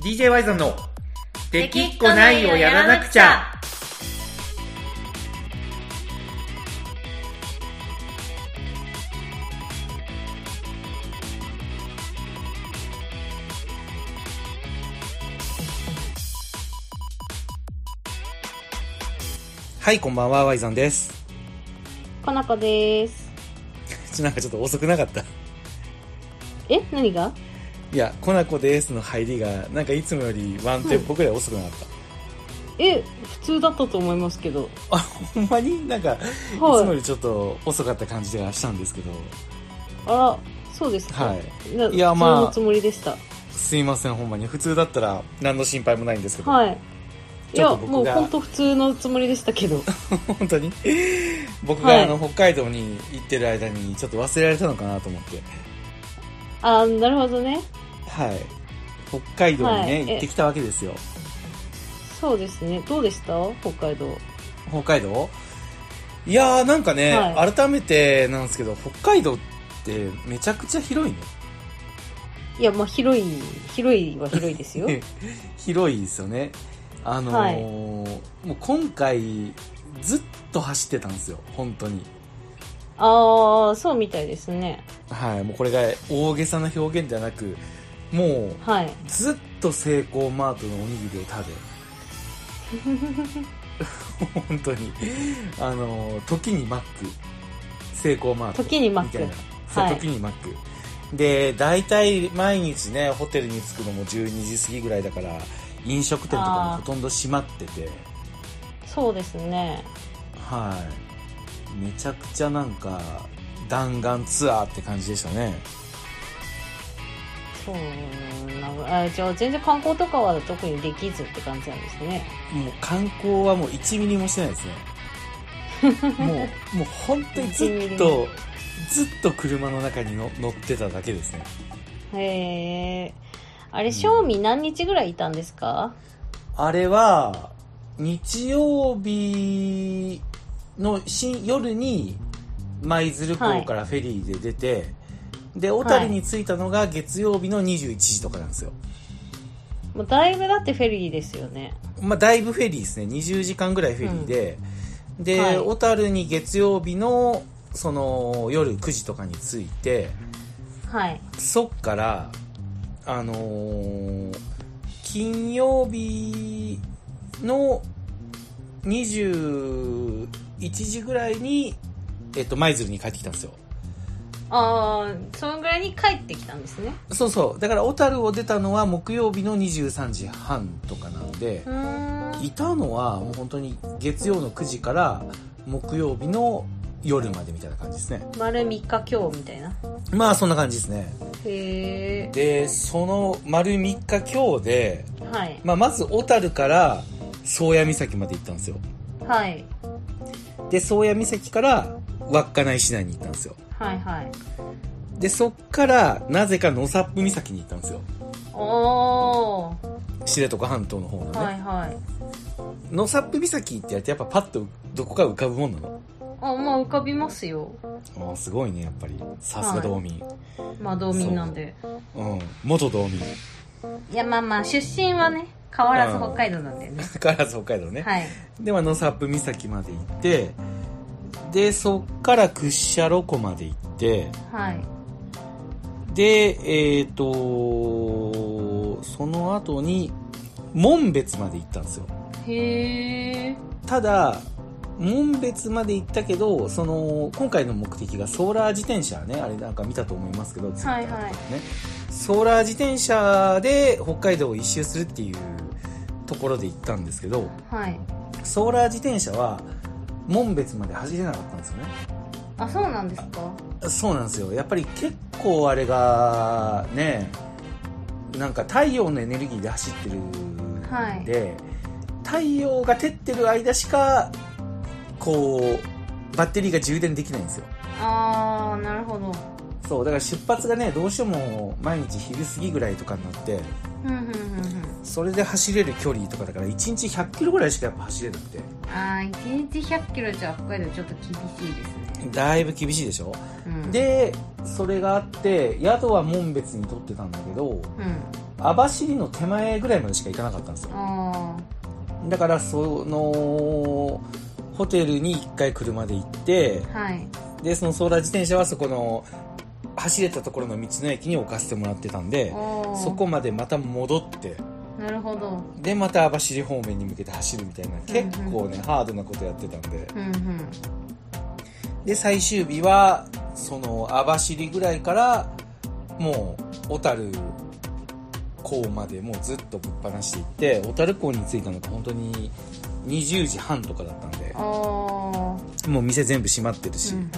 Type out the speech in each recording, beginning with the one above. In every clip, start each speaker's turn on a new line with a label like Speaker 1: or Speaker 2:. Speaker 1: DJ ワイゾンの「できっこないをやらなくちゃ」はいこんばんはワイゾンです
Speaker 2: かなこです
Speaker 1: ちょなんかちょっと遅くなかった
Speaker 2: え何が
Speaker 1: いや「コナコです」の入りがなんかいつもよりワンテンポくらい遅くなかった、
Speaker 2: え普通だったと思いますけど
Speaker 1: あ ほんまになんか、い、つもよ
Speaker 2: はい
Speaker 1: りちょっと遅かった感じがしたんですけど
Speaker 2: あらそうですか、
Speaker 1: はい
Speaker 2: い
Speaker 1: いやまあ
Speaker 2: そのつもりでした
Speaker 1: すいませんほんまに普通だったら何の心配もないんですけど、
Speaker 2: はいい
Speaker 1: ちょ
Speaker 2: や
Speaker 1: っと僕
Speaker 2: もう
Speaker 1: が
Speaker 2: 本当普通のつもりでした けど
Speaker 1: 本 当に僕が、
Speaker 2: はい
Speaker 1: あの北海道に行ってる間にちょっと忘れられたのかなと思って
Speaker 2: あーなるほどね
Speaker 1: はい北海道にね、
Speaker 2: はいえ
Speaker 1: 行ってきたわけですよ
Speaker 2: そうですねどうでした北海道
Speaker 1: 北海道いやーなんかね、
Speaker 2: は
Speaker 1: 改めてなんですけど北海道ってめちゃくちゃ広いね
Speaker 2: いやまあ広い広いは広いですよ
Speaker 1: 広いですよねあのー
Speaker 2: はい
Speaker 1: もう今回ずっと走ってたんですよ本当に
Speaker 2: ああそうみたいですね
Speaker 1: はいもうこれが大げさな表現じゃなくもう
Speaker 2: はい
Speaker 1: ずっとセイコーマートのおにぎりを食べ本当にあの時にマックセイコーマート
Speaker 2: 時にマ
Speaker 1: み
Speaker 2: ッ
Speaker 1: たいな
Speaker 2: ク
Speaker 1: そう、
Speaker 2: はい
Speaker 1: 時にマックで大体毎日ねホテルに着くのも12時過ぎぐらいだから飲食店とかもほとんど閉まってて
Speaker 2: そうですね
Speaker 1: はいめちゃくちゃなんか弾丸ツアーって感じでしたね
Speaker 2: そうなあじゃあ全然観光とかは特にできずって感じなんですね
Speaker 1: もう観光はもう1ミリもしてないですねもうもう本当にずっとずっと車の中にの乗ってただけですね
Speaker 2: へえ。あれ、賞味何日ぐらいいたんですか
Speaker 1: あれは日曜日の深夜に舞鶴港からフェリーで出て、で小樽に着いたのが月曜日の21時とかなんですよ、
Speaker 2: もうだいぶだってフェリーですよね。
Speaker 1: まあ、だいぶフェリーですね20時間ぐらいフェリーで、で、
Speaker 2: はい
Speaker 1: 小樽に月曜日のその夜9時とかに着いて
Speaker 2: はい。
Speaker 1: そっからあのー金曜日の21時ぐらいにえっと舞鶴に帰ってきたんですよ
Speaker 2: ああ、そのぐらいに帰ってきたんですね。
Speaker 1: そうそうだから小樽を出たのは木曜日の23時半とかなので、
Speaker 2: うーん。
Speaker 1: いたのはもう本当に月曜の9時から木曜日の夜までみたいな感じですね
Speaker 2: 丸3日今日みたいな。
Speaker 1: まあそんな感じですね
Speaker 2: へえ。
Speaker 1: でその丸3日今日で、
Speaker 2: はい。
Speaker 1: まあ、まず小樽から宗谷岬まで行ったんですよ
Speaker 2: はい。
Speaker 1: で宗谷岬から稚内市内に行ったんですよ
Speaker 2: はいはい。
Speaker 1: でそっからなぜか野サップ岬に行ったんですよ
Speaker 2: おー。
Speaker 1: 知床半島の方のね、
Speaker 2: はいはい。
Speaker 1: 野サップ岬ってやってやっぱパッとどこか浮かぶもんなの
Speaker 2: あ、まあ浮かびますよ。
Speaker 1: ああすごいねやっぱりさすが道民、
Speaker 2: まあ道民なんで。
Speaker 1: うん元道 民
Speaker 2: いやまあまあ出身はね、変わらず北海道なんだよね。
Speaker 1: 変わらず北海道ね、
Speaker 2: はい。
Speaker 1: では野サップ岬まで行ってでそっから屈斜路湖まで行って
Speaker 2: はい。
Speaker 1: でえっ、とその後に門別まで行ったんですよ
Speaker 2: へえ。
Speaker 1: ただ門別まで行ったけどその今回の目的がソーラー自転車ねあれなんか見たと思いますけどツイッターとかでね、ソーラー自転車で北海道を一周するっていうところで行ったんですけど、
Speaker 2: はい。
Speaker 1: ソーラー自転車は門別まで走れなかったんですよね
Speaker 2: あ、そうなんですか
Speaker 1: そうなんですよやっぱり結構あれがねなんか太陽のエネルギーで走ってるんで、
Speaker 2: はい
Speaker 1: 太陽が照ってる間しかこうバッテリーが充電できないんですよ
Speaker 2: ああなるほど
Speaker 1: そうだから出発がねどうしても毎日昼過ぎぐらいとかになって
Speaker 2: ふんふんふんふ
Speaker 1: それで走れる距離とかだから1日1 0 0キロぐらいしかやっぱ走れなくて
Speaker 2: んああ1日1 0 0キロじゃ北海道ちょっと厳しいですね
Speaker 1: だいぶ厳しいでしょ、
Speaker 2: うん、
Speaker 1: でそれがあって宿は門別に取ってたんだけど
Speaker 2: うん
Speaker 1: 網走の手前ぐらいまでしか行かなかったんですよ
Speaker 2: あ
Speaker 1: だからそのホテルに1回車で行って
Speaker 2: あはい
Speaker 1: でそのソーラー自転車はそこの走れたところの道の駅に置かせてもらってたんで
Speaker 2: おー
Speaker 1: そこまでまた戻って
Speaker 2: なるほど
Speaker 1: でまた網走方面に向けて走るみたいな結構ね、ハードなことやってたんで
Speaker 2: うんうん
Speaker 1: で最終日はその網走ぐらいからもう小樽港までもうずっとぶっ放していって小樽港に着いたのが本当に20時半とかだったんで
Speaker 2: あ
Speaker 1: もう店全部閉まってる
Speaker 2: ー
Speaker 1: し、
Speaker 2: うんうん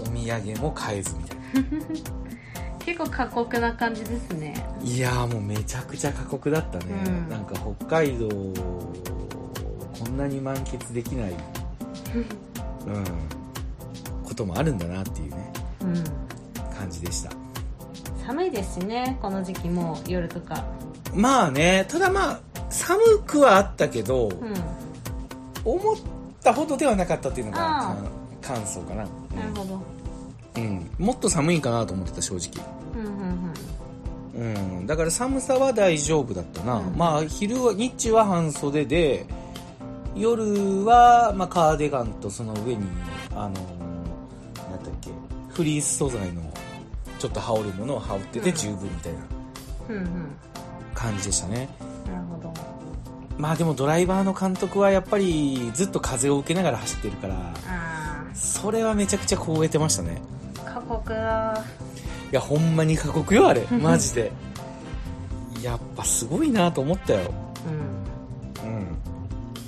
Speaker 1: お土産も買えずみたいな
Speaker 2: 結構過酷な感じですね
Speaker 1: いやーもうめちゃくちゃ過酷だったね、
Speaker 2: うん
Speaker 1: なんか北海道こんなに満喫でき ない、うん、こともあるんだなっていうね
Speaker 2: うん
Speaker 1: 感じでした
Speaker 2: 寒いですしねこの時期もう夜とか
Speaker 1: まあねただまあ寒くはあったけど、
Speaker 2: うん
Speaker 1: 思ったほどではなかったっていうのが
Speaker 2: あ
Speaker 1: か感想かな、
Speaker 2: なるほど
Speaker 1: うん、もっと寒いかなと思ってた正直
Speaker 2: うんうん
Speaker 1: うん、だから寒さは大丈夫だったな、
Speaker 2: うん
Speaker 1: まあ昼は日中は半袖で夜はまあカーディガンとその上にあのーなんだっけフリース素材のちょっと羽織るものを羽織ってて
Speaker 2: うん
Speaker 1: 十分みたいな
Speaker 2: うんうんうん
Speaker 1: 感じでしたね、
Speaker 2: なるほど
Speaker 1: まあでもドライバーの監督はやっぱりずっと風を受けながら走ってるから
Speaker 2: あ
Speaker 1: それはめちゃくちゃ凍えてましたね
Speaker 2: あ過酷だ
Speaker 1: いやほんまに過酷よあれマジ でやっぱすごいなと思ったよ
Speaker 2: うん
Speaker 1: うん、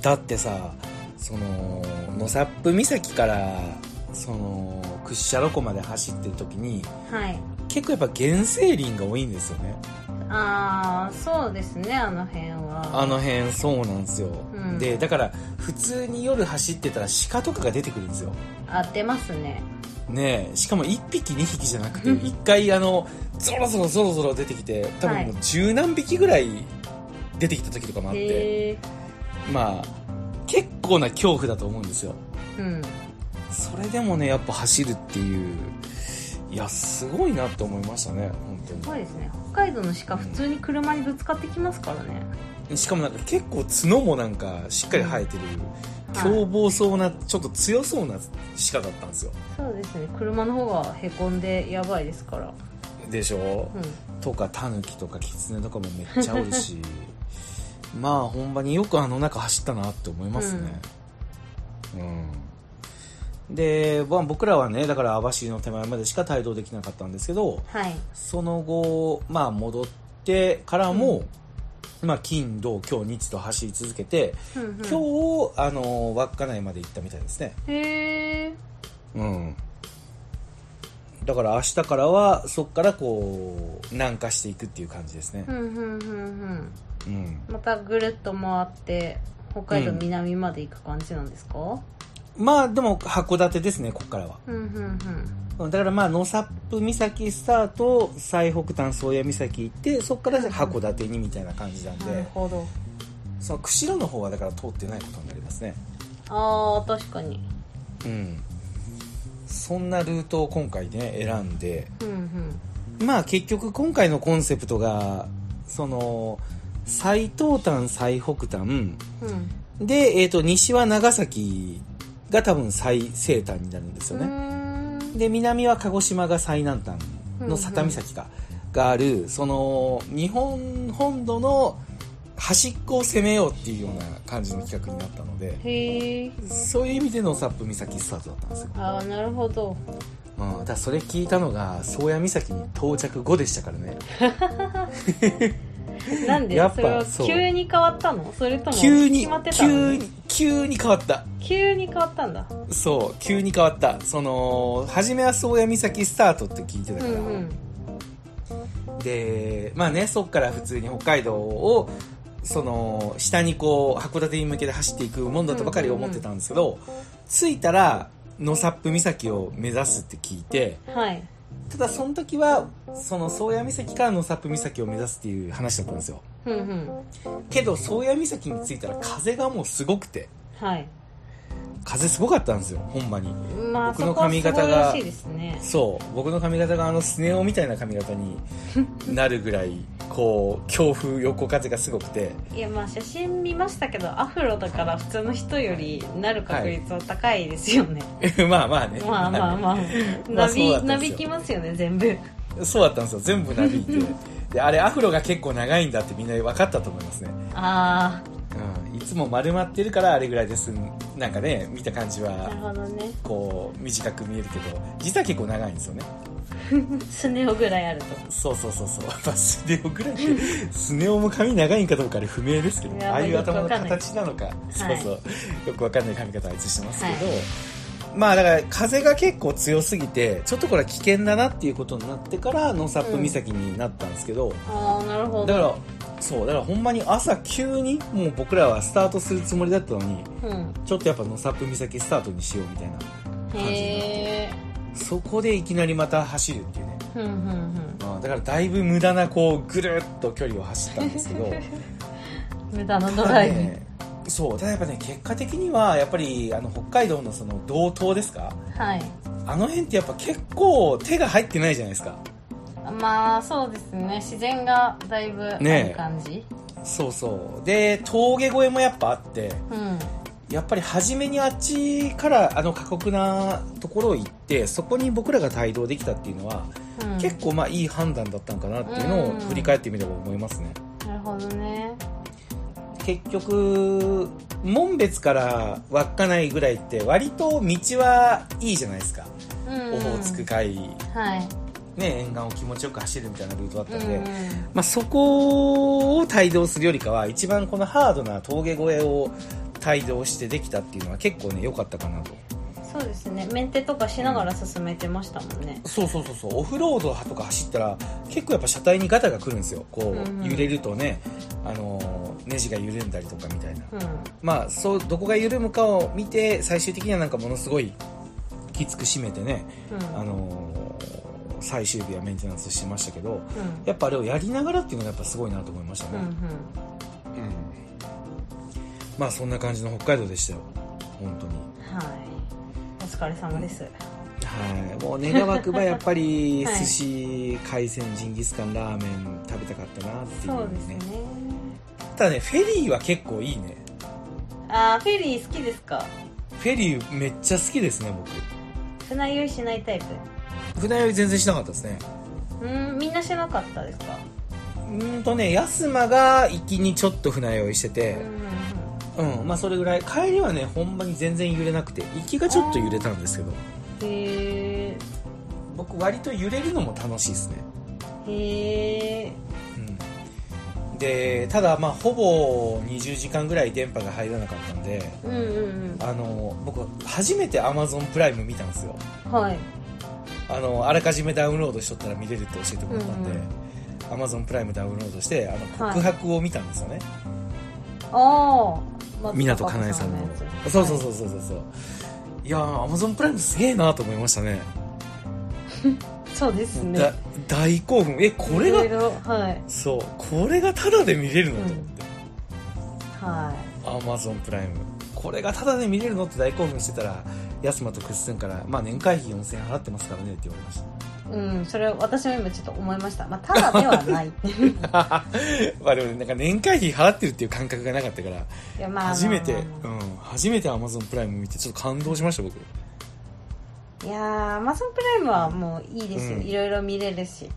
Speaker 1: だってさその野サップ岬からその屈斜路湖まで走ってる時に
Speaker 2: はい
Speaker 1: 結構やっぱ原生林が多いんですよね
Speaker 2: ああそうですねあの辺は
Speaker 1: あの辺そうなんですよ、
Speaker 2: うん
Speaker 1: でだから普通に夜走ってたら鹿とかが出てくるんですよ
Speaker 2: あ出ますね
Speaker 1: ねえしかも1匹2匹じゃなくて1回あのゾロゾロゾロゾロ出てきて多分もう十何匹ぐらい出てきた時とかもあって、
Speaker 2: へえ
Speaker 1: まあ結構な恐怖だと思うんですよ
Speaker 2: うん
Speaker 1: それでもねやっぱ走るっていういやすごいなって思いましたね本
Speaker 2: すごいですね北海道の鹿普通に車にぶつかってきますからね、
Speaker 1: 当にしかもなんか結構角もなんかしっかり生えてる、
Speaker 2: はい
Speaker 1: 凶暴そうなちょっと強そうな鹿だったんですよ
Speaker 2: そうですね車の方がへこんでやばいですから
Speaker 1: でしょ、
Speaker 2: うん
Speaker 1: とかタヌキとかキツネとかもめっちゃおるしまあほんまによくあの中走ったなって思いますねうん、でまあ僕らはねだから網走の手前までしか帯同できなかったんですけど、
Speaker 2: はい
Speaker 1: その後、まあ、戻ってからも、まあ、金、土、今日、日と走り続けて、
Speaker 2: うんうん
Speaker 1: 今日、あの、稚内まで行ったみたいですね。
Speaker 2: へえ
Speaker 1: うん。だから明日からは、そっからこう、南下していくっていう感じですね
Speaker 2: ふ。んふんふんふん
Speaker 1: うん。
Speaker 2: またぐるっと回って北海道南まで行く感じなんですか
Speaker 1: まあ、でも、函館ですね、こっからは。
Speaker 2: うんうんうん
Speaker 1: うんだからまあ、野サップ岬スタート、最北端宗谷岬行って、そっから函館にみたいな感じなん
Speaker 2: なる
Speaker 1: で、
Speaker 2: ほど
Speaker 1: その釧路の方はだから通ってないことになりますね。
Speaker 2: あー確かに
Speaker 1: うん、そんなルートを今回ね選んで
Speaker 2: うんうん
Speaker 1: まあ結局今回のコンセプトがその最東端最北端
Speaker 2: うん
Speaker 1: で、えー、と西は長崎が多分最西端になるんですよね、
Speaker 2: ね
Speaker 1: で南は鹿児島が最南端の佐多岬か、があるその日本本土の端っこを攻めようっていうような感じの企画になったので
Speaker 2: へえ
Speaker 1: そういう意味でのサップ岬スタートだったんですよ
Speaker 2: ああなるほど
Speaker 1: うん、だからそれ聞いたのが宗谷岬に到着後でしたからね
Speaker 2: なんで
Speaker 1: やっ
Speaker 2: それ
Speaker 1: ぱ
Speaker 2: は
Speaker 1: そう
Speaker 2: 急に変わったのそれとも
Speaker 1: 急に
Speaker 2: 決まってたの
Speaker 1: 急に急に変わった
Speaker 2: 急に変わったんだ
Speaker 1: そう急に変わったその初めは宗谷岬スタートって聞いてた
Speaker 2: う
Speaker 1: から、
Speaker 2: んうん
Speaker 1: でまあねそっから普通に北海道をその下にこう函館に向けて走っていくもんだとばかり思ってたんですけど、着いたら野サップ岬を目指すって聞いて
Speaker 2: はい
Speaker 1: ただその時はその宗谷岬から野サップ岬を目指すっていう話だったんですよ
Speaker 2: うんうん
Speaker 1: けど宗谷岬に着いたら風がもうすごくて
Speaker 2: はい
Speaker 1: 風すごかったんですよほんまに
Speaker 2: まあ、
Speaker 1: 僕の
Speaker 2: そこは
Speaker 1: 髪型が
Speaker 2: すごいらしいですね。
Speaker 1: そう僕の髪型があのスネ夫みたいな髪型 になるぐらいこう強風横風がすごくて
Speaker 2: いやまあ写真見ましたけどアフロだから普通の人よりなる確率は高いですよね、
Speaker 1: まあまあね
Speaker 2: まあまあまあ
Speaker 1: まあ
Speaker 2: な
Speaker 1: そう
Speaker 2: び
Speaker 1: だった
Speaker 2: なん
Speaker 1: ですよ
Speaker 2: びきますよね全部
Speaker 1: そうだったんですよ全部なびい てであれアフロが結構長いんだってみんな分かったと思いますね、
Speaker 2: あ
Speaker 1: うん、いつも丸まってるからあれぐらいですなんかね見た感じ
Speaker 2: あなる
Speaker 1: は
Speaker 2: ほどね
Speaker 1: こう短く見えるけど実は結構長いんですよね
Speaker 2: スネ夫ぐらいある
Speaker 1: そうそうそうそう、 まあ、スネ夫ぐらいスネ夫も髪長いんかどうかあれ不明ですけ
Speaker 2: い
Speaker 1: ど
Speaker 2: や
Speaker 1: ああいう
Speaker 2: よく
Speaker 1: 頭の
Speaker 2: わかんない
Speaker 1: 形なのかそうそう、よくわかんない髪型あいつしてますけど、
Speaker 2: は
Speaker 1: まあだから風が結構強すぎてちょっとこれは危険だなっていうことになってからノーサップ岬になったんですけど、
Speaker 2: とああなるほ
Speaker 1: だか
Speaker 2: ど
Speaker 1: らそうだからほんまに朝急にもう僕らはスタートするつもりだったのに
Speaker 2: うん
Speaker 1: ちょっとやっぱノーサップ岬スタートにしようみたいな
Speaker 2: へえ
Speaker 1: そこでいきなりまた走るっていうね
Speaker 2: ふんふんふん
Speaker 1: まあだからだいぶ無駄なこうぐるっと距離を走ったんですけど
Speaker 2: 無駄な ド
Speaker 1: ただ
Speaker 2: ライブ、
Speaker 1: ねそうただやっぱね結果的にはやっぱりあの北海道のその道東ですか
Speaker 2: はい
Speaker 1: あの辺ってやっぱ結構手が入ってないじゃないですか
Speaker 2: まあそうですね自然がだいぶあ
Speaker 1: ね
Speaker 2: る感じ、
Speaker 1: そうそうで峠越えもやっぱあって
Speaker 2: うん
Speaker 1: やっぱり初めにあっちからあの過酷なところを行ってそこに僕らが帯同できたっていうのは、
Speaker 2: うん
Speaker 1: 結構まあいい判断だったのかなっていうのを
Speaker 2: うん
Speaker 1: 振り返ってみれば思いますね、
Speaker 2: なるほどね
Speaker 1: 結局門別から稚内ぐらいって割と道はいいじゃないですか
Speaker 2: うん
Speaker 1: オホーツク海、ね、
Speaker 2: はい
Speaker 1: 沿岸を気持ちよく走るみたいなルートだったんで、
Speaker 2: うん
Speaker 1: まあ、そこを帯同するよりかは一番このハードな峠越えを帯同してできたっていうのは結構ね良かったかなと
Speaker 2: そうですねメンテとかしながら進めてましたもんね、
Speaker 1: そうそうそうそうオフロードとか走ったら結構やっぱ車体にガタが来るんですよこ
Speaker 2: うんう
Speaker 1: うん揺れるとね、あのーネジが緩んだりとかみたいな
Speaker 2: うん
Speaker 1: まあそうどこが緩むかを見て最終的にはなんかものすごいきつく締めてね、
Speaker 2: うん
Speaker 1: あのー最終日はメンテナンスしてましたけど
Speaker 2: うん
Speaker 1: やっぱあれをやりながらっていうのがやっぱすごいなと思いました
Speaker 2: う
Speaker 1: ね、
Speaker 2: ん
Speaker 1: うんまあそんな感じの北海道でしたよ本当に
Speaker 2: うんはいお疲れ様です
Speaker 1: はい、もう願わくばやっぱり
Speaker 2: はい
Speaker 1: 寿司、海鮮ジンギスカンラーメン食べたかったなってい
Speaker 2: そう
Speaker 1: う
Speaker 2: ですね
Speaker 1: ねただねフェリーは結構いいね
Speaker 2: あーフェリー好きですか
Speaker 1: フェリーめっちゃ好きですね
Speaker 2: 船酔いしないタイ
Speaker 1: 僕船酔い全然しなかったですね
Speaker 2: プうんみんなしなかったですか
Speaker 1: うーんとね安間が行きにちょっと船酔いして
Speaker 2: うんうん
Speaker 1: て
Speaker 2: うん
Speaker 1: うん、まあそれぐらい帰りはねほんまに全然揺れなくて行きがちょっと揺れたんですけど
Speaker 2: へえ
Speaker 1: 僕割と揺れるのも楽しいですね
Speaker 2: へえ
Speaker 1: うんでただまあほぼ20時間ぐらい電波が入らなかったんで
Speaker 2: うんうん
Speaker 1: あの僕初めて Amazon プライム見たんですよ
Speaker 2: うんはい
Speaker 1: あのあらかじめダウンロードしとったら見れるって教えてもらったんで、Amazon プライムダウンロードしてあの
Speaker 2: はい
Speaker 1: 告白を見たんですよね、
Speaker 2: ああ
Speaker 1: 湊かなえさんのそうそうそうそうそうそういやー Amazon プライムすげえなと思いましたね
Speaker 2: そうですね
Speaker 1: だ大興奮えこれが
Speaker 2: いろいろはい
Speaker 1: そうこれがタダで見れるのと思って、
Speaker 2: は
Speaker 1: Amazon プライムこれがタダで見れるのって大興奮してたら安間とクッスンから、まあ、年会費4000円払ってますからねって言われました
Speaker 2: いうんそれ私も今ちょっと思いましたまあただではないい
Speaker 1: まあでもねなんか年会費払ってるっていう感覚がなかったから
Speaker 2: やまあまあまあまあ
Speaker 1: 初めて、うん、初めて Amazon プライム見てちょっと感動しました僕
Speaker 2: いやー Amazon プライムはもういいですよ、
Speaker 1: うん
Speaker 2: いろいろ見れるし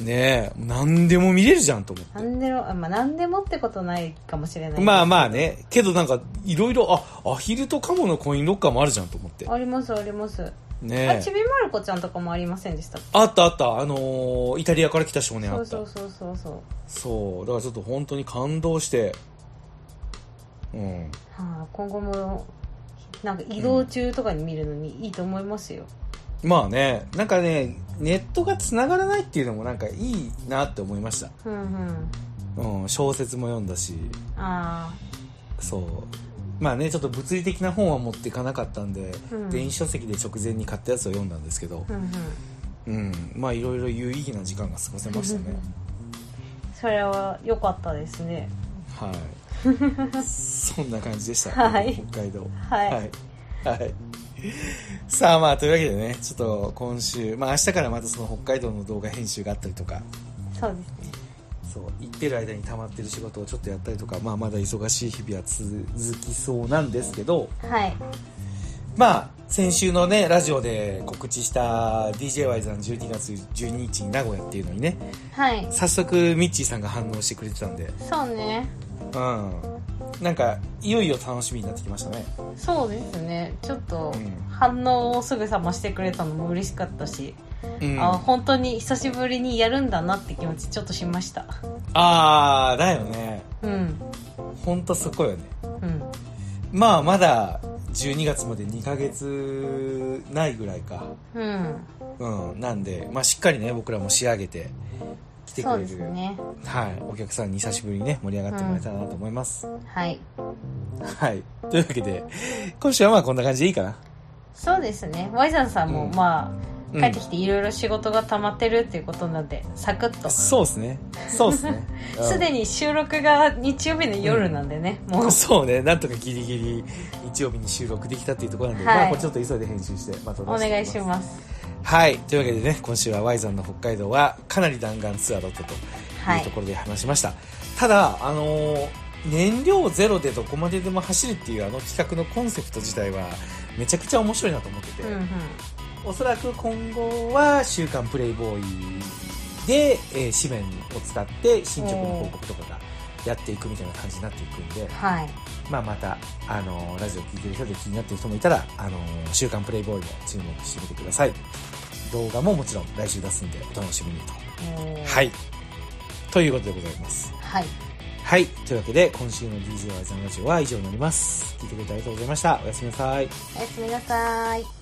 Speaker 1: ねえ何でも見れるじゃんと思って
Speaker 2: 何でも、あまあ、何でもってことないかもしれない
Speaker 1: まあまあねけどなんかいろいろあアヒルとカモのコインロッカーもあるじゃんと思って
Speaker 2: ありますあります、あ
Speaker 1: ね
Speaker 2: ち
Speaker 1: え
Speaker 2: びまる子ちゃんとかもありませんでしたっけ
Speaker 1: あったあったあのーイタリアから来た少年あっ
Speaker 2: そ
Speaker 1: た
Speaker 2: うそうそうそうそ
Speaker 1: そ
Speaker 2: う
Speaker 1: うだからちょっと本当に感動してうん
Speaker 2: はあ、今後もなんか移動中とかに見るのにいいと思いますよ、
Speaker 1: まあねなんかねネットが繋がらないっていうのもなんかいいなって思いました
Speaker 2: うん、うん
Speaker 1: うん、小説も読んだし
Speaker 2: あ
Speaker 1: そうまあねちょっと物理的な本は持っていかなかったんで、
Speaker 2: うん
Speaker 1: 電子書籍で直前に買ったやつを読んだんですけど
Speaker 2: あ、うんうん、
Speaker 1: うんまあいろいろ有意義な時間が過ごせましたね
Speaker 2: それは良かったですね
Speaker 1: はいそんな感じでした、
Speaker 2: はい
Speaker 1: 北海道
Speaker 2: はい、
Speaker 1: はいはい。さあまあ、というわけでね、ちょっと今週、まあ明日からまたその北海道の動画編集があったりとか、
Speaker 2: そうですね
Speaker 1: そう、行ってる間に溜まってる仕事をちょっとやったりとか、まあまだ忙しい日々は続きそうなんですけど、
Speaker 2: はい
Speaker 1: まあ、先週のね、ラジオで告知した DJY さん12月12日に名古屋っていうのにね、
Speaker 2: はい
Speaker 1: 早速ミッチーさんが反応してくれてたんで、
Speaker 2: そうね
Speaker 1: うん。なんか、いよいよ楽しみになってきましたね。
Speaker 2: そうですねちょっと
Speaker 1: うん
Speaker 2: 反応をすぐさましてくれたのも嬉しかったし、
Speaker 1: うん。
Speaker 2: あ本当に久しぶりにやるんだなって気持ちちょっとしました
Speaker 1: あー、だよね。
Speaker 2: うん
Speaker 1: ほんとそこよね。
Speaker 2: うん
Speaker 1: まあまだ12月まで2ヶ月ないぐらいか。
Speaker 2: うん
Speaker 1: うん。なんで、まあしっかりね、僕らも仕上げて来てく
Speaker 2: そう
Speaker 1: れ
Speaker 2: で
Speaker 1: る。
Speaker 2: すね
Speaker 1: はい。お客さんに久しぶりにね、盛り上がってもらえたらなと思います。
Speaker 2: はい
Speaker 1: はい。というわけで、今週はまあこんな感じでいいかな。
Speaker 2: そうですねワイザンさんも、
Speaker 1: うん
Speaker 2: ま
Speaker 1: う
Speaker 2: あ
Speaker 1: ん
Speaker 2: 帰ってきていろいろ仕事が溜まってるっていうことなのでサクッとす
Speaker 1: そうですね。そうです ね。うん
Speaker 2: で、に収録が日曜日の夜なんでね、もう
Speaker 1: そうね。なんとかギリギリ日曜日に収録できたっていうところなんで、
Speaker 2: はい
Speaker 1: まあこれちょっと急いで編集して、またお
Speaker 2: お願いします
Speaker 1: はい。というわけでね、今週は Y さんの北海道はかなり弾丸ツアーだったと
Speaker 2: は
Speaker 1: いう
Speaker 2: い
Speaker 1: ところで話しました。ただ、あのー燃料ゼロでどこまででも走るっていうあの企画のコンセプト自体はめちゃくちゃ面白いなと思ってて、
Speaker 2: うんうん
Speaker 1: おそらく今後は週刊プレイボーイで、えー紙面を使って進捗の報告とかがやっていくみたいな感じになっていくんで、
Speaker 2: はい
Speaker 1: まあ、また、あのーラジオ聞いてる人で気になってる人もいたら、あのー週刊プレイボーイも注目してみてください。動画ももちろん来週出すんでお楽しみにと。
Speaker 2: えー
Speaker 1: はい。ということでございます。
Speaker 2: はい
Speaker 1: はい。というわけで、今週の DJ ワイザンラジオは以上になります。聞いてくれてありがとうございました。おやすみなさい。
Speaker 2: おやすみなさい